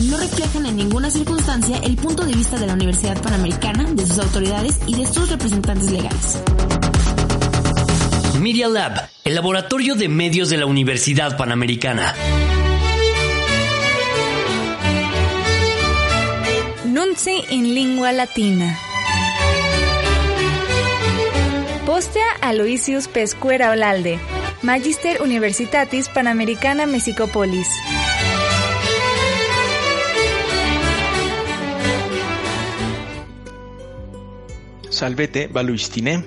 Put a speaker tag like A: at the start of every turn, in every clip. A: Y no reflejan en ninguna circunstancia el punto de vista de la Universidad Panamericana, de sus autoridades y de sus representantes legales.
B: Media Lab, el laboratorio de medios de la Universidad Panamericana.
C: Nunzi en lingua latina. Postea Aloysius Pescuera Olalde, Magister Universitatis Panamericana Mexicopolis.
D: Salvete Baluistine.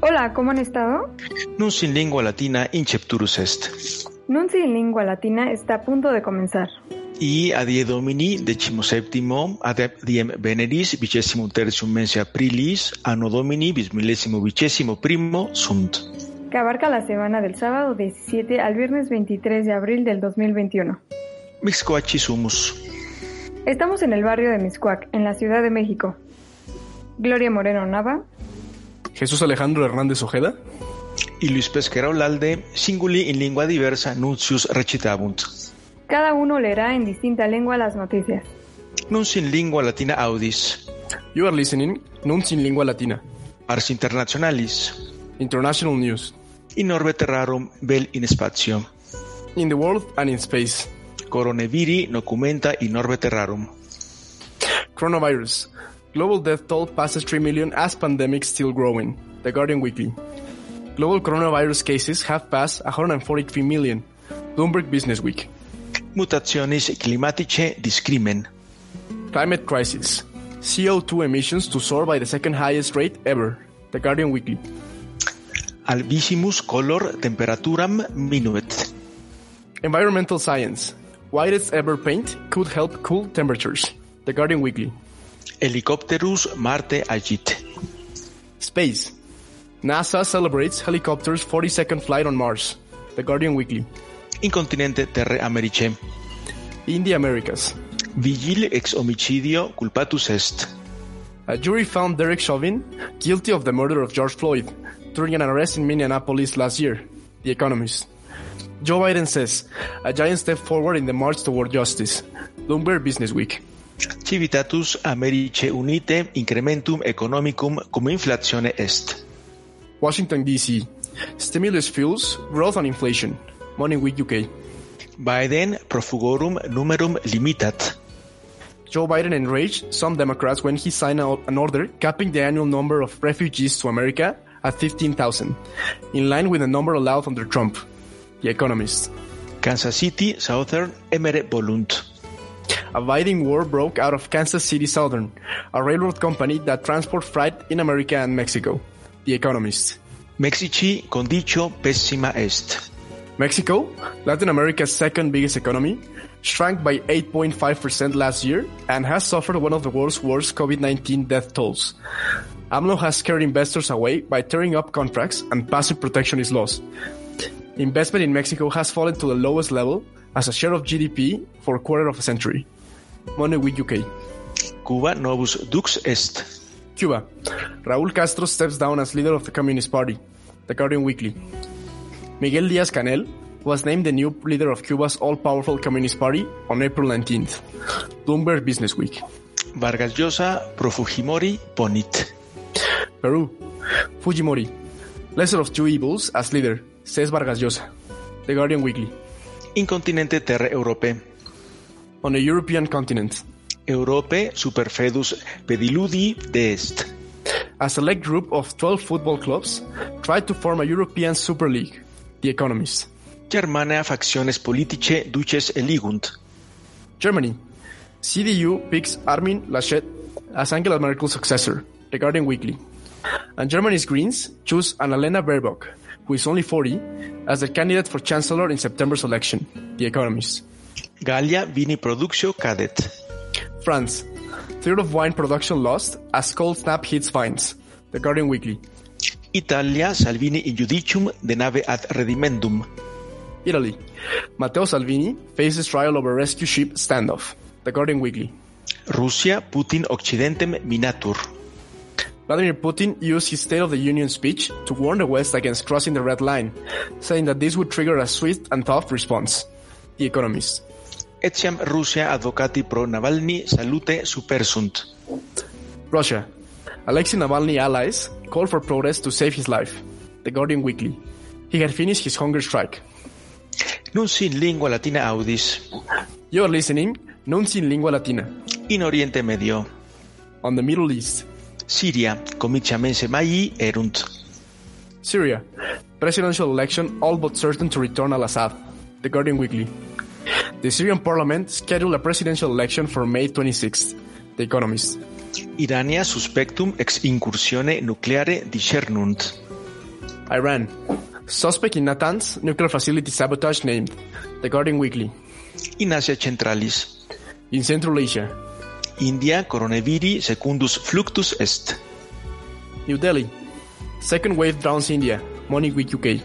E: Hola, ¿cómo han estado?
D: Nunc in lingua latina incepturus est.
E: Nunci en lingua latina está a punto de comenzar.
D: Y adie domini decimoseptimo ad diem veneris vigesimum tertium mense aprilis anno domini bismillesimo vicesimo primo sunt.
E: Que abarca la semana del sábado 17 al viernes 23 de abril del 2021.
D: Mixcoachi sumus.
E: Estamos en el barrio de Miscuac, en la Ciudad de México. Gloria Moreno Nava,
F: Jesús Alejandro Hernández Ojeda.
D: Y Luis Pesquera Olalde, singuli in lingua diversa nuncius recitabunt.
E: cada uno leerá en distinta lengua las noticias.
D: Nunc in lingua latina audis,
F: You are listening Nuns in Lingua Latina,
D: ars internationalis,
F: International News,
D: in orbe terrarum vel in spatio.
F: in the world and in space.
D: Coroneviri nocumenta in orbe terrarum.
F: Coronavirus. Global death toll passes 3 million as pandemic still growing. The Guardian Weekly. Global coronavirus cases have passed 143 million. Bloomberg Business Week.
D: Mutationis climatice discrimen.
F: Climate crisis. CO2 emissions to soar by the second highest rate ever. The Guardian Weekly.
D: Albissimus color temperaturam minuet.
F: Environmental science. Whitest ever paint could help cool temperatures. The Guardian Weekly.
D: Helicopterus Marte agit.
F: Space. NASA celebrates helicopter's 42nd flight on Mars. The Guardian Weekly.
D: Incontinente terre americe.
F: In the Americas.
D: Vigil ex homicidio culpatus est.
F: A jury found Derek Chauvin guilty of the murder of George Floyd during an arrest in Minneapolis last year. The Economist. Joe Biden says, a giant step forward in the march toward justice. Bloomberg Business Week.
D: Civitatus Americe unite incrementum economicum cum inflatione est.
F: Washington, D.C. Stimulus fuels growth and inflation. Money Week UK.
D: Biden profugorum numerum limitat.
F: Joe Biden enraged some Democrats when he signed out an order capping the annual number of refugees to America at 15,000, in line with the number allowed under Trump. The Economist.
D: Kansas City Southern emere volunt.
F: A biting war broke out of Kansas City Southern, a railroad company that transports freight in America and Mexico. The Economist.
D: Mexici condicio pessima est.
F: Mexico, Latin America's second biggest economy, shrank by 8.5% last year and has suffered one of the world's worst COVID-19 death tolls. AMLO has scared investors away by tearing up contracts and passing protectionist laws. Investment in Mexico has fallen to the lowest level as a share of GDP for a quarter of a century. Money Week UK.
D: Cuba novus dux est.
F: Cuba. Raúl Castro steps down as leader of the Communist Party. The Guardian Weekly. Miguel Díaz Canel was named the new leader of Cuba's all powerful Communist Party on April 19th. Bloomberg Business Week.
D: Vargas Llosa pro Fujimori ponit.
F: Peru. Fujimori. Lesser of two evils as leader, says Vargas Llosa. The Guardian Weekly.
D: Incontinente terre europe.
F: On the European continent,
D: Europe superfedus pediludi deest.
F: a select group of 12 football clubs tried to form a European Super League. The Economist.
D: Germana facciones politice duces eligunt.
F: Germany. CDU picks Armin Laschet as Angela Merkel's successor, The Guardian Weekly. And Germany's Greens choose Annalena Baerbock, who is only 40, as the candidate for chancellor in September's election, The Economist.
D: Gallia vini productio cadet.
F: France. Third of wine production lost as cold snap hits vines, The Guardian Weekly.
D: Italia, Salvini y Judicium de nave ad redimendum.
F: Italy. Matteo Salvini faces trial over rescue ship standoff. The Guardian Weekly.
D: Rusia, Putin Occidentem Minatur.
F: Vladimir Putin used his State of the Union speech to warn the West against crossing the red line, saying that this would trigger a swift and tough response. The Economist.
D: Etiam Rusia advocati pro Navalny salute supersunt.
F: Russia. Alexei Navalny allies call for protests to save his life. The Guardian Weekly. He had finished his hunger strike.
D: Nun sin lingua latina audis.
F: You're listening, Nunci in Lingua Latina,
D: In Oriente Medio,
F: on the Middle East.
D: Siria, comitia mense mai erunt.
F: Syria. Presidential election all but certain to return al-Assad. The Guardian Weekly. The Syrian parliament scheduled a presidential election for May 26th. The Economist.
D: Irania suspectum ex incursione nucleare discernunt.
F: Iran. Suspect in Natanz nuclear facility sabotage named. The Guardian Weekly.
D: In Asia Centralis,
F: In Central Asia.
D: India coronaviri secundus fluctus est.
F: New Delhi. Second wave drowns India. Money Week UK.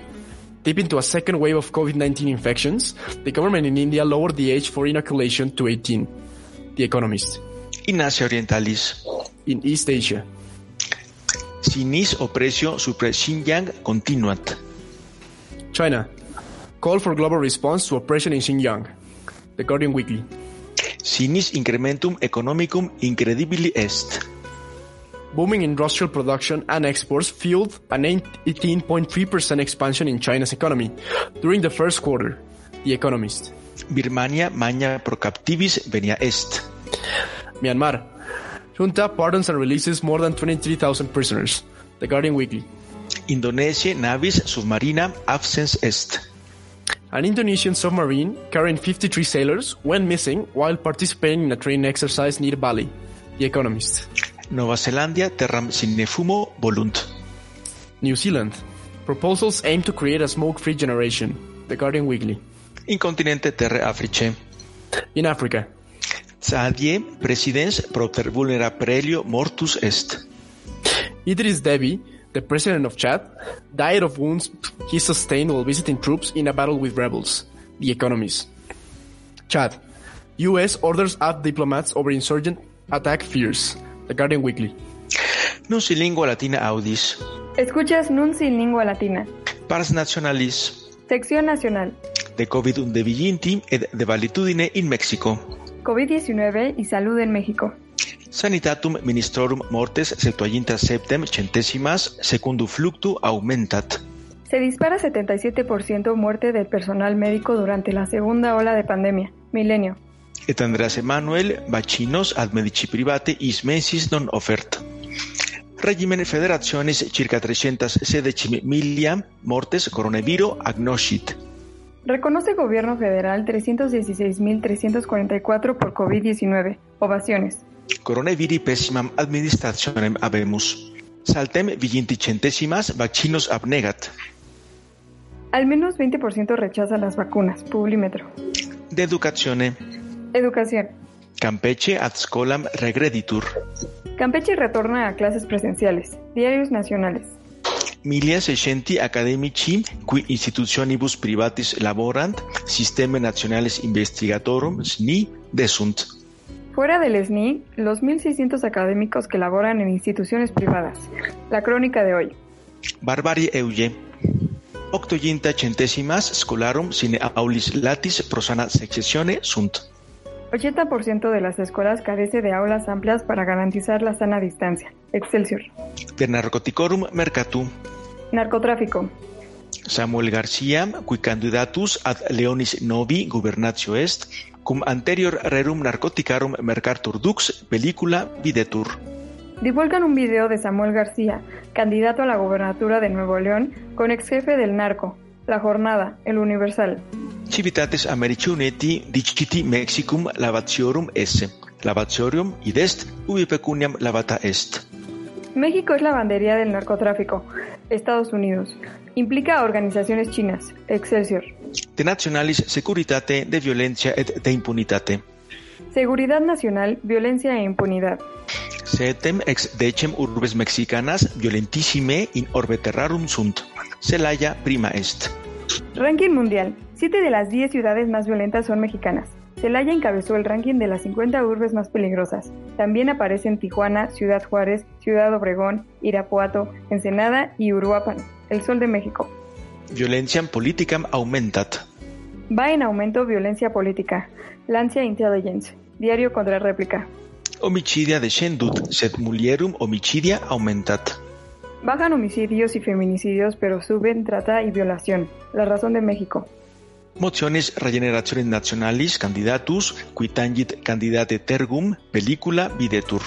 F: Deep into a second wave of COVID-19 infections, the government in India lowered the age for inoculation to 18. The Economist.
D: In Asia Orientalis,
F: In East Asia.
D: sinis oppressio super Xinjiang continuat.
F: China. Call for global response to oppression in Xinjiang. The Guardian Weekly.
D: Sinis incrementum economicum incredibili est.
F: Booming industrial production and exports fueled an 18.3% expansion in China's economy during the first quarter. The Economist.
D: Birmania magna pro captivis venia est.
F: Myanmar. Junta pardons and releases more than 23,000 prisoners. The Guardian Weekly.
D: Indonesia navis submarina absens est.
F: An Indonesian submarine carrying 53 sailors went missing while participating in a training exercise near Bali. The Economist.
D: Nova Zelandia terram sine fumo volunt.
F: New Zealand. Proposals aim to create a smoke-free generation. The Guardian Weekly.
D: Incontinente terre Africe.
F: In Africa.
D: Sadie presidens propter vulnera prelio mortus est.
F: Idris Deby, the president of Chad, died of wounds he sustained while visiting troops in a battle with rebels. The Economist. Chad. US orders out diplomats over insurgent attack fears. The Guardian Weekly.
D: Non si lingua latina audis.
E: Escuchas Nunci in Lingua Latina.
D: Pars nationalis.
E: Sección nacional.
D: De COVID un debillinti et de valitudine in Mexico.
E: COVID-19 y salud en México.
D: Sanitatum ministrorum mortes septuaginta septem centesimas secundum fluctu aumentat.
E: Se dispara 77% muerte del personal médico durante la segunda ola de pandemia. Milenio.
D: Et Andreas Emanuel vaccinos ad medici private is mensis non offert. Regimene federationes circa 316 milia mortes coronaviro agnoscit.
E: Reconoce gobierno federal 316.344 por COVID-19. Ovaciones.
D: Coronaviri pessimam administrationem habemus. Saltem viginti centesimas vaccinos abnegat.
E: Al menos 20% rechaza las vacunas. Publímetro.
D: De educatione.
E: Educación.
D: Campeche ad scolam regreditur.
E: Campeche retorna a clases presenciales. Diarios nacionales.
D: Milia sescenti academici qui institutionibus privatis laborant systeme nationales investigatorum SNI desunt.
E: Fuera del SNI, los 1.600 académicos que laboran en instituciones privadas. La crónica de hoy.
D: Barbarie euge. Octoginta centesimas scholarum sine aulis latis prosana secessione sunt.
E: 80% de las escuelas carece de aulas amplias para garantizar la sana distancia. Excelsior.
D: De narcoticorum mercatu.
E: Narcotráfico.
D: Samuel Garcia, qui candidatus ad leonis novi gubernatio est, cum anterior rerum narcoticarum mercatur dux pellicula videtur.
E: Divulgan un video de Samuel García, candidato a la gobernatura de Nuevo León, con ex jefe del narco. La jornada, el universal.
D: Civitates Americi Uniti diciti Mexicum lavatiorum esse, lavatorium id est, ubi pecuniam lavata est.
E: México es la bandería del narcotráfico. Estados Unidos. Implica a organizaciones chinas. Excelsior.
D: De nationalis securitate de violentia et de impunitate.
E: Seguridad nacional, violencia e impunidad.
D: Cetem ex decem urbes mexicanas violentissime in orbe terrarum sunt. Celaya prima est.
E: Ranking mundial. Siete de las 10 ciudades más violentas son mexicanas. Celaya encabezó el ranking de las 50 urbes más peligrosas. También aparecen Tijuana, Ciudad Juárez, Ciudad Obregón, Irapuato, Ensenada y Uruapan, el Sol de México.
D: Violentiam politicam aumentat.
E: Va en aumento violencia política. Lancia Intelligence. Diario contra réplica.
D: Homicidia descendut, sed mulierum homicidia aumentat.
E: Bajan homicidios y feminicidios, pero suben trata y violación. La razón de México.
D: Mociones Regeneraciones Nacionalis Candidatus Quitangit Candidate Tergum Película Videtur.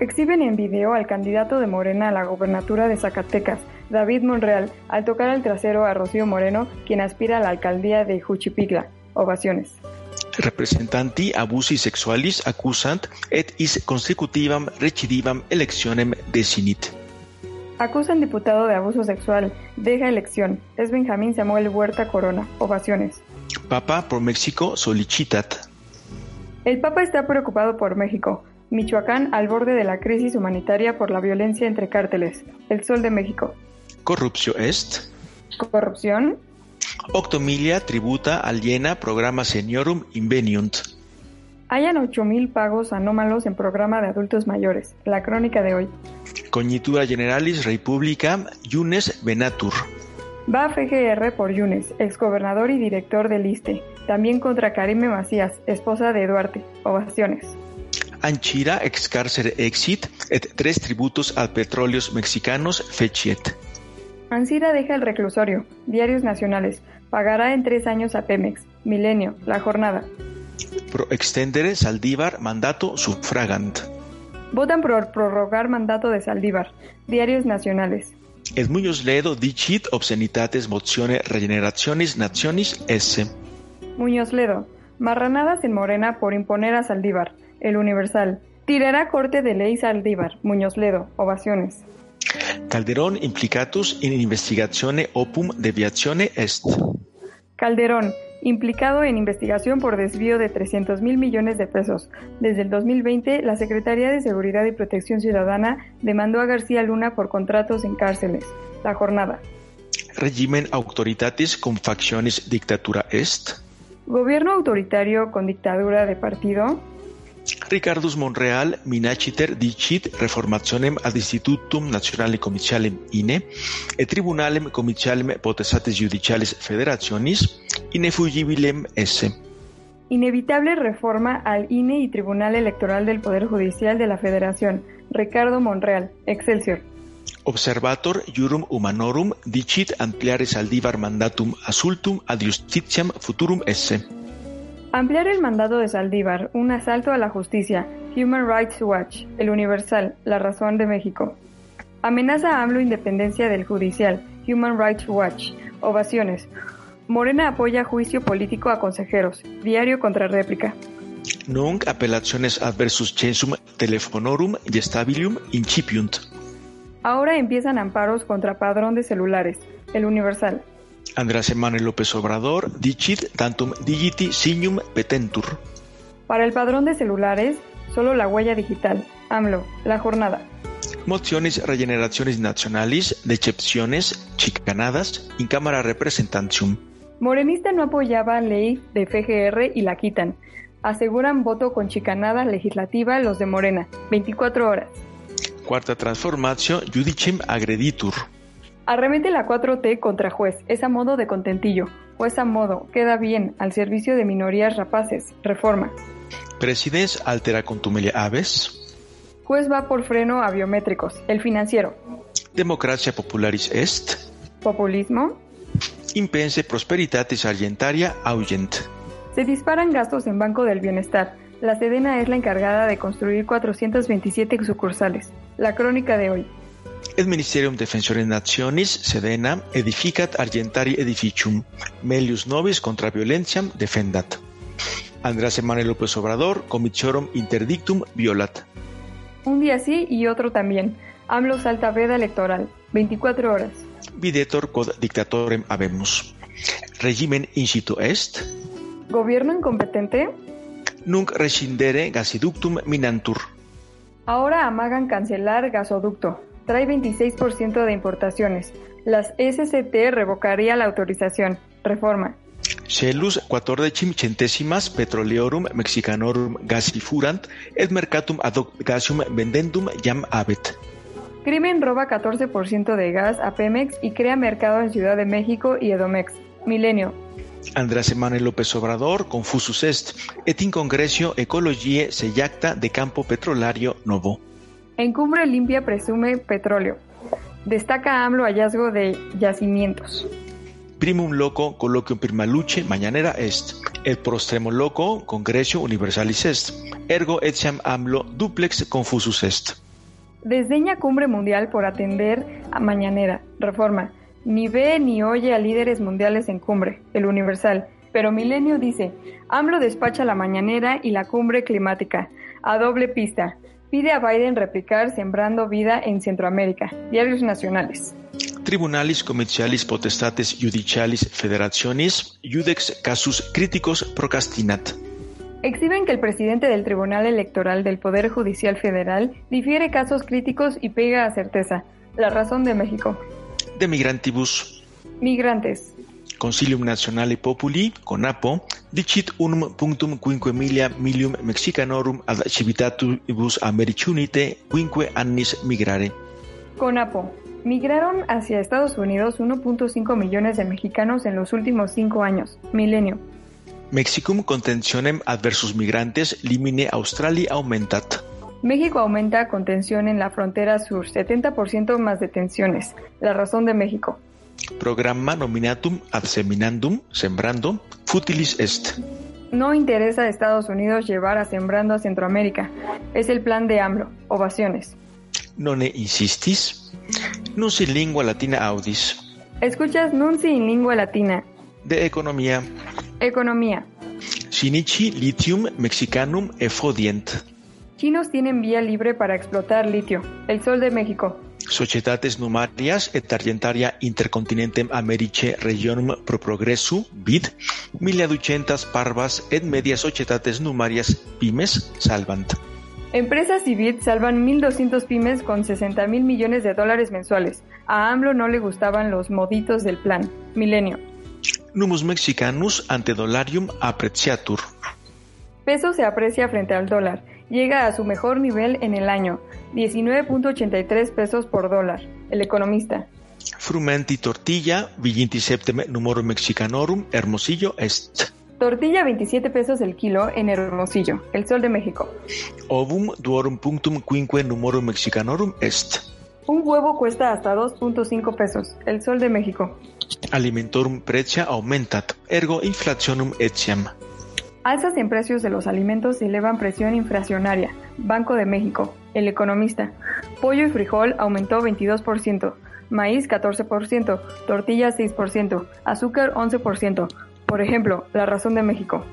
E: Exhiben en video al candidato de Morena a la gobernatura de Zacatecas, David Monreal, al tocar el trasero a Rocío Moreno, quien aspira a la alcaldía de Juchipigla. Ovaciones.
D: Representanti abusi sexualis accusant et is consecutivas recidivam electionem desinit.
E: Acusan diputado de abuso sexual. Deja elección. Es Benjamín Samuel Huerta Corona. Ovaciones.
D: Papa pro México solicitat.
E: El Papa está preocupado por México. Michoacán al borde de la crisis humanitaria por la violencia entre cárteles. El Sol de México.
D: Corruptio est.
E: Corrupción.
D: Octomilia tributa aliena programa seniorum inveniunt.
E: Hayan 8.000 pagos anómalos en programa de adultos mayores. La crónica de hoy.
D: Cognitura Generalis República Yunes Benatur.
E: Va FGR por Yunes, exgobernador y director del ISTE. También contra Karime Macías, esposa de Duarte. Ovaciones.
D: Anchira ex cárcere exit et tres tributos a petróleos mexicanos feciet.
E: Ancira deja el reclusorio. Diarios nacionales. Pagará en tres años a Pemex. Milenio. La jornada.
D: Pro extendere Saldívar mandato sufragant.
E: Votan por prorrogar mandato de Saldívar. Diarios nacionales.
D: Et Muñoz Ledo dicit obscenitates motione regeneraciones nationis esse.
E: Muñoz Ledo. Marranadas en Morena por imponer a Saldívar. El Universal. Tirará corte de ley Saldívar. Muñoz Ledo. Ovaciones.
D: Calderón implicatus in investigazione opum deviazione est.
E: Calderón implicado en investigación por desvío de 300 mil millones de pesos. Desde el 2020, la Secretaría de Seguridad y Protección Ciudadana demandó a García Luna por contratos en cárceles. La jornada.
D: Regimen autoritatis con facciones dictatura est.
E: Gobierno autoritario con dictadura de partido.
D: Ricardus Monreal minaciter dicit reformationem ad Institutum Nationale Comitialem INE et Tribunalem Comitialem Potestates Judiciales Federationis inefuggibilem esse.
E: Inevitable reforma al INE y Tribunal Electoral del Poder Judicial de la Federación. Ricardo Monreal, Excelsior.
D: Observator Jurum Humanorum dicit ampliare Saldívar mandatum asultum ad justitiam futurum esse.
E: Ampliar el mandato de Saldívar, un asalto a la justicia, Human Rights Watch, El Universal, La Razón de México. Amenaza a AMLO independencia del judicial, Human Rights Watch, ovaciones. Morena apoya juicio político a consejeros, diario contra réplica.
D: Nunc apelaciones adversus censum telefonorum gestabilium incipiunt.
E: Ahora empiezan amparos contra padrón de celulares, El Universal,
D: Andrés Emanuel López Obrador, Digit, Tantum Digiti, Signum, Petentur.
E: Para el padrón de celulares, solo la huella digital, AMLO, la jornada.
D: Mociones Regeneraciones Nacionales, Decepciones, Chicanadas, In Cámara Representantium.
E: Morenista no apoyaba ley de FGR y la quitan. Aseguran voto con chicanada legislativa los de Morena, 24 horas.
D: Cuarta transformación, Judicem Agreditur.
E: Arremete la 4T contra juez, es a modo de contentillo. Juez a modo, queda bien, al servicio de minorías rapaces, reforma.
D: Presides altera contumelia aves.
E: Juez va por freno a biométricos, el financiero.
D: Democracia popularis est.
E: Populismo.
D: Impense prosperitatis alientaria augent.
E: Se disparan gastos en Banco del Bienestar. La Sedena es la encargada de construir 427 sucursales. La crónica de hoy.
D: El Ministerium Defensores Nationis, Sedena, edificat argentari edificium. Melius nobis contra violentiam defendat. Andrés Emanuel López Obrador, comitiorum interdictum violat.
E: Un día sí y otro también. AMLO salta veda electoral. 24 horas.
D: Videtor quod dictatorem habemus. Regimen incito est.
E: Gobierno incompetente.
D: Nunc rescindere gaciductum minantur.
E: Ahora amagan cancelar gasoducto. Trae 26% de importaciones. Las SCT revocaría la autorización. Reforma.
D: Cellus quatordecis centesimas petroleorum mexicanorum gasifurant et mercatum ad hoc gasium vendendum jam habet.
E: Crimen roba 14% de gas a Pemex y crea mercado en Ciudad de México y Edomex. Milenio.
D: Andrés Emanuel López Obrador, Confusus est, et in congresio ecologie se jacta de campo petrolario novo.
E: En Cumbre Limpia presume petróleo. Destaca AMLO hallazgo de yacimientos.
D: Primum loco colloquium primaluce mañanera est, et prostremo loco congresio universalis est, ergo etiam AMLO duplex Confusus est.
E: Desdeña Cumbre Mundial por atender a mañanera. Reforma ni ve ni oye a líderes mundiales en cumbre, el Universal. Pero Milenio dice, AMLO despacha la mañanera y la cumbre climática, a doble pista. Pide a Biden replicar Sembrando Vida en Centroamérica, diarios nacionales.
D: Tribunalis comercialis potestates judicialis federaciones, judex casus críticos procrastinat.
E: Exhiben que el presidente del Tribunal Electoral del Poder Judicial Federal difiere casos críticos y pega a certeza. La razón de México
D: de Migrantibus.
E: Migrantes.
D: Concilium Nationale Populi, CONAPO, dicit unum punctum quinque milia milium mexicanorum ad civitatibus americunite quinque annis migrare.
E: CONAPO. Migraron hacia Estados Unidos 1.5 millones de mexicanos en los últimos cinco años, milenio.
D: Mexicum contentionem adversus migrantes limine Australi aumentat.
E: México aumenta contención en la frontera sur, 70% más detenciones. La razón de México.
D: Programa nominatum ad seminandum, sembrando, futilis est.
E: No interesa a Estados Unidos llevar a Sembrando a Centroamérica. Es el plan de AMLO. Ovaciones.
D: None insistis. Nunci lingua latina audis.
E: Escuchas Nunci in lingua latina.
D: De economía.
E: Economía.
D: Sinichi litium mexicanum efodient.
E: Chinos tienen vía libre para explotar litio. El Sol de México.
D: Societates numarias et argentaria intercontinentem Americe regionum pro progressu vid milia ducentas parvas et medias societates numarias pymes salvant.
E: Empresas y BID salvan 1.200 pymes con 60 mil millones de dólares mensuales. A AMLO no le gustaban los moditos del plan. Milenio.
D: Numus mexicanus ante dolarium apreciatur.
E: Peso se aprecia frente al dólar llega a su mejor nivel en el año, 19.83 pesos por dólar. El economista.
D: Frumenti tortilla, septem numero mexicanorum, Hermosillo est.
E: Tortilla 27 pesos el kilo en Hermosillo, el Sol de México.
D: Ovum duorum punctum quinque numero mexicanorum est.
E: Un huevo cuesta hasta 2.5 pesos, el Sol de México.
D: Alimentorum precia aumentat, ergo inflationum etiam.
E: Alzas en precios de los alimentos elevan presión inflacionaria. Banco de México, el economista. Pollo y frijol aumentó 22%, maíz 14%, tortilla 6%, azúcar 11%. Por ejemplo, la razón de México.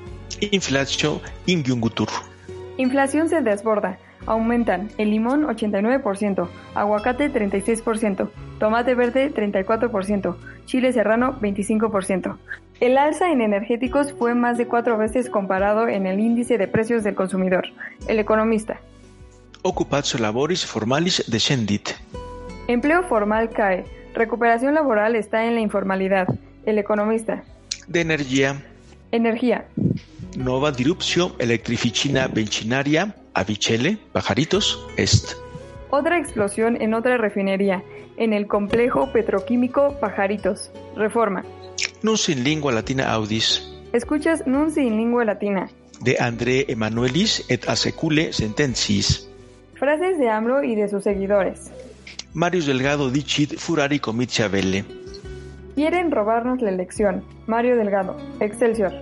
D: Inflación ingyungutur.
E: Inflación se desborda. Aumentan el limón 89%, aguacate 36%, tomate verde 34%, chile serrano 25%. El alza en energéticos fue más de cuatro veces comparado en el índice de precios del consumidor. El economista.
D: Occupatio laboris formalis descendit.
E: Empleo formal cae. Recuperación laboral está en la informalidad. El economista.
D: De energía.
E: Energía.
D: Nova diruptio electrificina bencinaria avicele pajaritos est.
E: Otra explosión en otra refinería, en el complejo petroquímico Pajaritos. Reforma.
D: Nun sin lingua latina audis.
E: Escuchas Nun sin lingua latina.
D: De André Emanuelis et Asecule sentensis.
E: Frases de AMLO y de sus seguidores.
D: Marius Delgado dicit furari comitia vele.
E: Quieren robarnos la elección. Mario Delgado, Excelsior.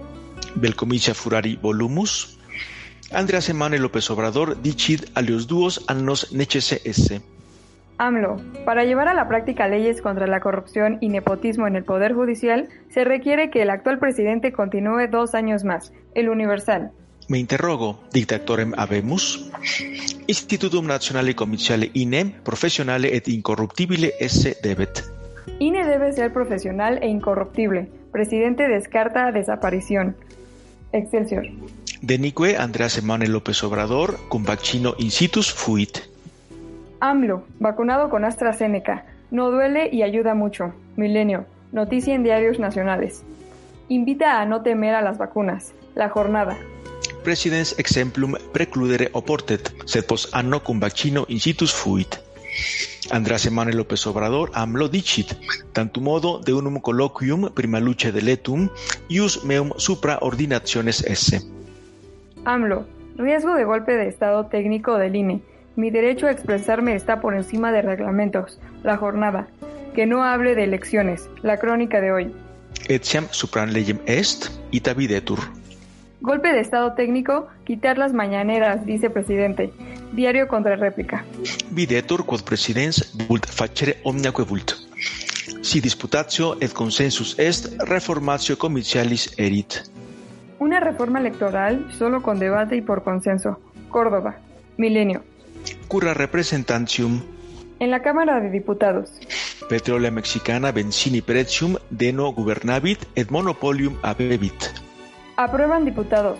D: Belcomitia furari volumus. Andreas Emanuel López Obrador dicit alios duos annos necese esse.
E: AMLO, para llevar a la práctica leyes contra la corrupción y nepotismo en el Poder Judicial, se requiere que el actual presidente continúe dos años más, el Universal.
D: Me interrogo, dictatorem habemus, Institutum Nationale Comitiale INE, professionale et incorruptibile esse debet.
E: INE debe ser profesional e incorruptible. Presidente descarta desaparición. Excelsior.
D: Denique Andreas Emanuel López Obrador, cum vaccino in situs fuit.
E: AMLO, vacunado con AstraZeneca, no duele y ayuda mucho. Milenio, noticia en diarios nacionales. Invita a no temer a las vacunas. La jornada.
D: Presidents exemplum precludere oportet, sed pos anno cum vaccino incitus fuit. András Emanuel López Obrador amlo dicit, tantum modo de unum colloquium prima luce deletum, ius meum supra ordinationes esse.
E: AMLO, riesgo de golpe de estado técnico del INE. Mi derecho a expresarme está por encima de reglamentos. La jornada. Que no hable de elecciones. La crónica de hoy.
D: Etiam supran legem est, ita videtur.
E: Golpe de estado técnico, quitar las mañaneras, dice presidente. Diario contra réplica.
D: Videtur quod presidens vult facere omniaque vult. Si disputatio et consensus est, reformatio comicialis erit.
E: Una reforma electoral solo con debate y por consenso. Córdoba. Milenio.
D: Cura representantium.
E: En la Cámara de Diputados.
D: Petrolea mexicana benzini pretium de no gubernavit et monopolium abebit.
E: Aprueban diputados.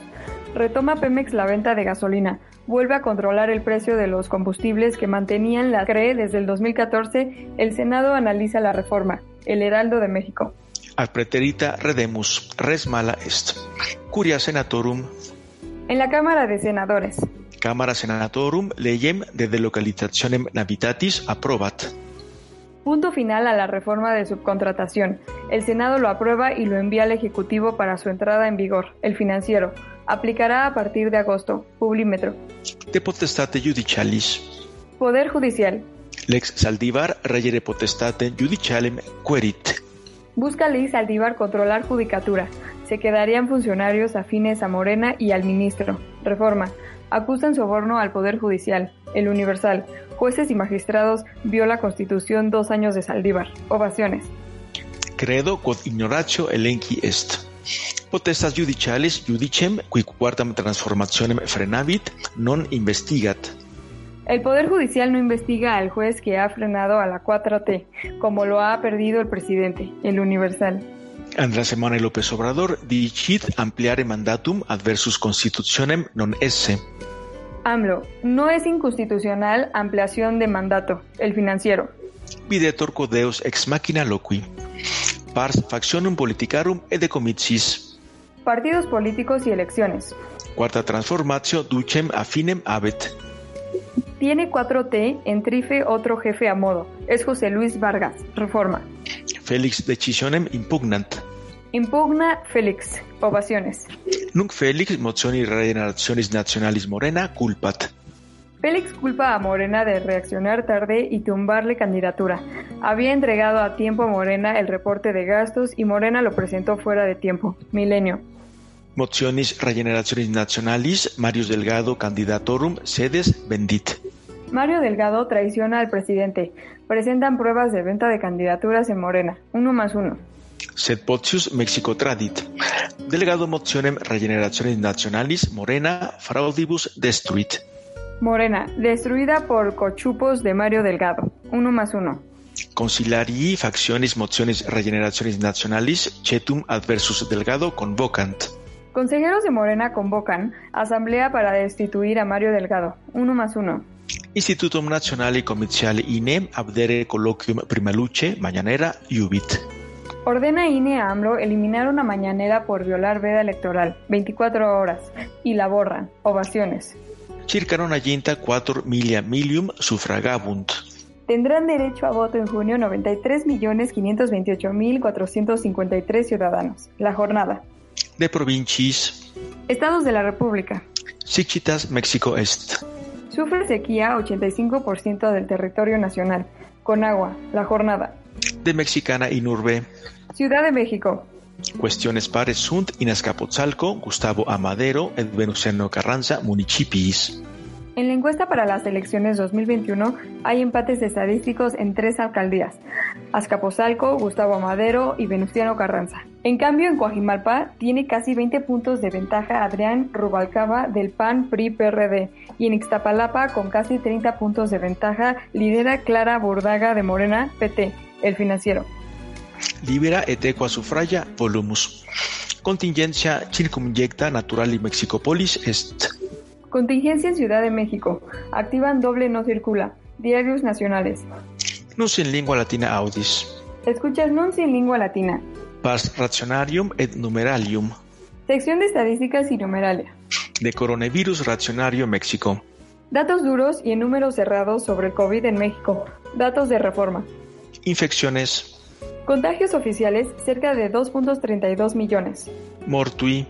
E: Retoma Pemex la venta de gasolina. Vuelve a controlar el precio de los combustibles que mantenían la CRE desde el 2014. El Senado analiza la reforma. El Heraldo de México.
D: Ad preterita redemus, res mala est. Curia senatorum.
E: En la Cámara de Senadores.
D: Cámara Senatorum legem de delocalizationem navitatis approbat.
E: Punto final a la reforma de subcontratación. El Senado lo aprueba y lo envía al Ejecutivo para su entrada en vigor, el financiero. Aplicará a partir de agosto. Publímetro.
D: De potestate judicialis.
E: Poder Judicial.
D: Lex Saldivar regere potestate judicialem querit.
E: Busca Liz Saldívar controlar judicatura. Se quedarían funcionarios afines a Morena y al ministro. Reforma. Acusan soborno al Poder Judicial. El Universal. Jueces y magistrados viola Constitución dos años de Saldívar. Ovaciones.
D: Credo quod ignoratio elenchi est. Potestas judiciales judicem qui quartam transformationem frenavit non investigat.
E: El Poder Judicial no investiga al juez que ha frenado a la 4T, como lo ha perdido el presidente, el Universal.
D: András Emanuel López Obrador dicit ampliare mandatum adversus constitutionem non esse.
E: AMLO, no es inconstitucional ampliación de mandato, el financiero.
D: Videtor codeus ex machina loqui. Pars factionum politicarum et de comitis.
E: Partidos políticos y elecciones.
D: Cuarta transformatio ducem affinem abet.
E: Tiene 4T, entrife otro jefe a modo. Es José Luis Vargas. Reforma.
D: Félix decisionem impugnant.
E: Impugna Félix. Ovaciones.
D: Nunc Félix motioni regenerationis nationalis morena culpat.
E: Félix culpa a Morena de reaccionar tarde y tumbarle candidatura. Había entregado a tiempo a Morena el reporte de gastos y Morena lo presentó fuera de tiempo. Milenio.
D: Mociones Regeneraciones Nacionales, Mario Delgado, Candidatorum, Sedes, Bendit.
E: Mario Delgado traiciona al presidente. Presentan pruebas de venta de candidaturas en Morena. Uno más uno.
D: Sed potius Mexico tradit. Delgado motionem Regeneraciones Nacionales, Morena, fraudibus destruit.
E: Morena, destruida por cochupos de Mario Delgado. Uno más uno.
D: Conciliarii facciones mociones Regeneraciones Nacionales, Chetum adversus Delgado convocant.
E: Consejeros de Morena convocan asamblea para destituir a Mario Delgado. Uno más uno.
D: Institutum Nationale Commerciale INE abdere colloquium prima luce mañanera iubit.
E: Ordena INE a AMLO eliminar una mañanera por violar veda electoral, 24 horas, y la borran. Ovaciones.
D: Circa non aginta quator milia milium suffragabunt.
E: Tendrán derecho a voto en junio 93.528.453 ciudadanos. La jornada
D: de provincis.
E: Estados de la República.
D: Sichitas, México Est.
E: Sufre sequía 85% del territorio nacional. Con agua, la jornada.
D: De Mexicana Inurbe.
E: Ciudad de México.
D: Cuestiones pares sunt in Azcapotzalco, Gustavo Amadero, et Venustiano Carranza, municipiis.
E: En la encuesta para las elecciones 2021 hay empates estadísticos en tres alcaldías, Azcapotzalco, Gustavo Amadero y Venustiano Carranza. En cambio, en Coajimalpa tiene casi 20 puntos de ventaja Adrián Rubalcaba del PAN PRI PRD y en Ixtapalapa con casi 30 puntos de ventaja lidera Clara Burdaga de Morena PT, el financiero.
D: Libera etequa sufraya volumus. Contingencia circumyecta natural y mexicopolis est.
E: Contingencia en Ciudad de México. Activan doble no circula. Diarios nacionales.
D: Nus in lingua latina audis.
E: Escuchas Nunci en lengua latina.
D: Pars rationarium et numeralium.
E: Sección de estadísticas y numeralia.
D: De coronavirus rationario México.
E: Datos duros y en números cerrados sobre el COVID en México. Datos de reforma.
D: Infecciones.
E: Contagios oficiales cerca de 2.32 millones.
D: Mortui.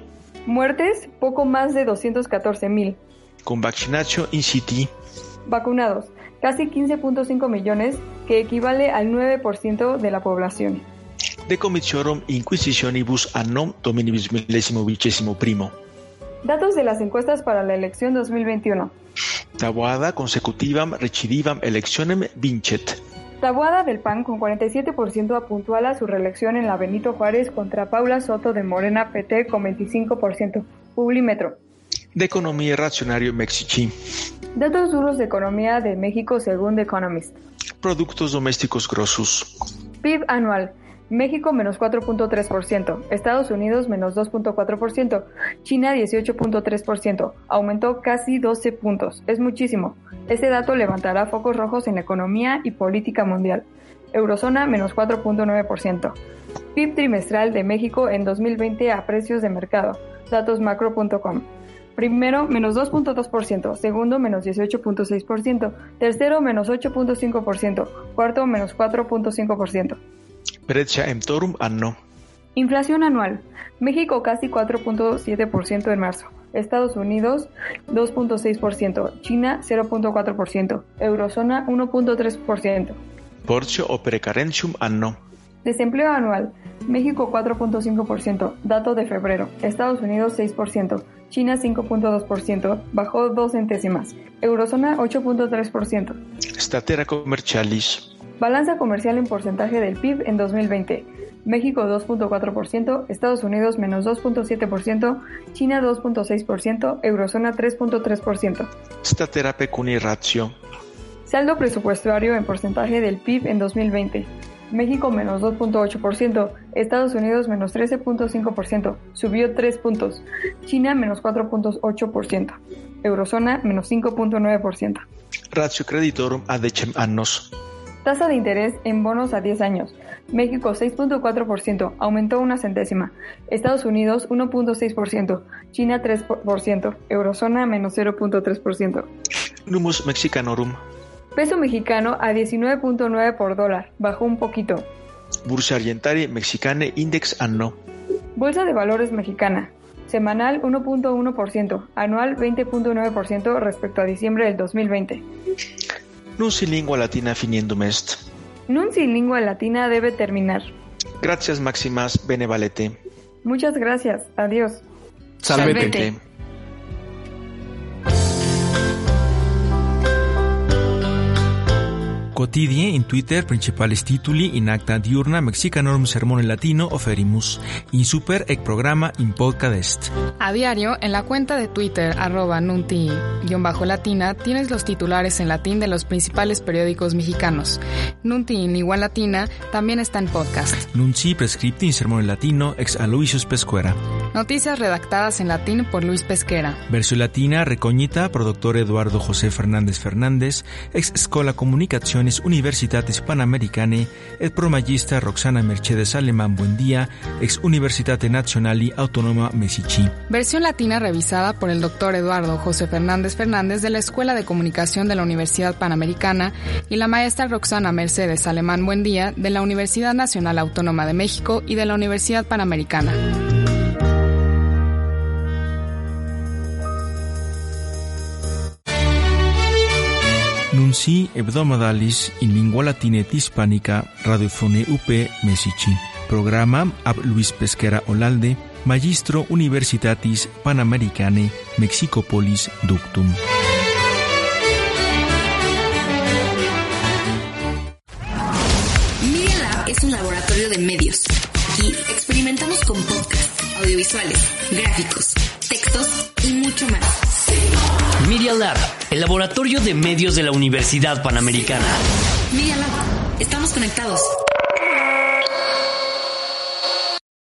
E: Muertes poco más de 214 mil.
D: Con vaccinatio in city.
E: Vacunados casi 15.5 millones que equivale al 9% de la población.
D: De comitiorum inquisitionibus annum dominibus millesimo vicesimo primo.
E: Datos de las encuestas para la elección 2021.
D: Tabuada consecutivam recidivam electionem vincet.
E: Tabuada del PAN con 47% apuntuala su reelección en la Benito Juárez contra Paula Soto de Morena PT con 25%. Publimetro.
D: De economía racionario mexici.
E: Datos duros de economía de México según The Economist.
D: Productos domésticos grosos.
E: PIB anual. México menos 4.3%, Estados Unidos menos 2.4%, China 18.3%, aumentó casi 12 puntos, es muchísimo. Este dato levantará focos rojos en la economía y política mundial. Eurozona menos 4.9%, PIB trimestral de México en 2020 a precios de mercado, datosmacro.com. Primero, menos 2.2%, segundo, menos 18.6%, tercero, menos 8.5%, cuarto, menos 4.5%.
D: Brecha emtorum anno.
E: Inflación anual. México casi 4.7% en marzo. Estados Unidos 2.6%, China 0.4%, Eurozona 1.3%.
D: Porcio o precarentium anno.
E: Desempleo anual. México 4.5%, dato de febrero. Estados Unidos 6%, China 5.2%, bajó dos centésimas. Eurozona 8.3%.
D: Statera comercialis.
E: Balanza comercial en porcentaje del PIB en 2020. México 2.4%, Estados Unidos menos 2.7%, China 2.6%, Eurozona 3.3%.
D: Statera pecuni ratio.
E: Saldo presupuestario en porcentaje del PIB en 2020. México menos 2.8%, Estados Unidos menos 13.5%, subió 3 puntos, China menos 4.8%, Eurozona menos 5.9%.
D: Ratio creditorum adecem annos.
E: Tasa de interés en bonos a 10 años. México 6.4%, aumentó una centésima. Estados Unidos 1.6%, China 3%, Eurozona menos 0.3%.
D: Numus mexicanorum.
E: Peso mexicano a 19.9 por dólar, bajó un poquito.
D: Bursa Orientale Mexicane Index Anno.
E: Bolsa de Valores Mexicana. Semanal 1.1%, anual 20.9% respecto a diciembre del 2020.
D: Nunci lingua latina finiendum est.
E: Nunci lingua latina debe terminar.
D: Gracias máximas benevalete.
E: Muchas gracias. Adiós.
F: Salvete.
G: Salvete.
H: Cotidie in Twitter principales tituli in acta diurna mexicanorum sermone latino oferimus, in super ec programa in podcast est.
I: A diario, en la cuenta de Twitter, arroba nunti-latina, tienes los titulares en latín de los principales periódicos mexicanos. Nunti en igual latina también está en podcast.
H: Nunci prescripti in sermone latino ex Aloysius Pescuera.
I: Noticias redactadas en latín por Luis Pesquera.
H: Versio latina recognita productor Eduardo José Fernández Fernández, ex Escola Comunicaciones Universitatis Panamericane, et promagista Roxana Mercedes Alemán Buendía, ex Universitate Nazionali Autonoma Messici.
I: Versión latina revisada por el doctor Eduardo José Fernández Fernández de la Escuela de Comunicación de la Universidad Panamericana y la maestra Roxana Mercedes Alemán Buendía de la Universidad Nacional Autónoma de México y de la Universidad Panamericana.
H: Nunci hebdomadalis in lingua latina et hispánica radiofone UP Messici. Programa ab Luis Pesquera Olalde, Magistro Universitatis Panamericane Mexicopolis Ductum.
G: Media Lab es un laboratorio de medios y experimentamos con podcasts, audiovisuales, gráficos, textos y mucho más.
B: Media Lab, el laboratorio de medios de la Universidad Panamericana.
G: Media Lab, estamos conectados.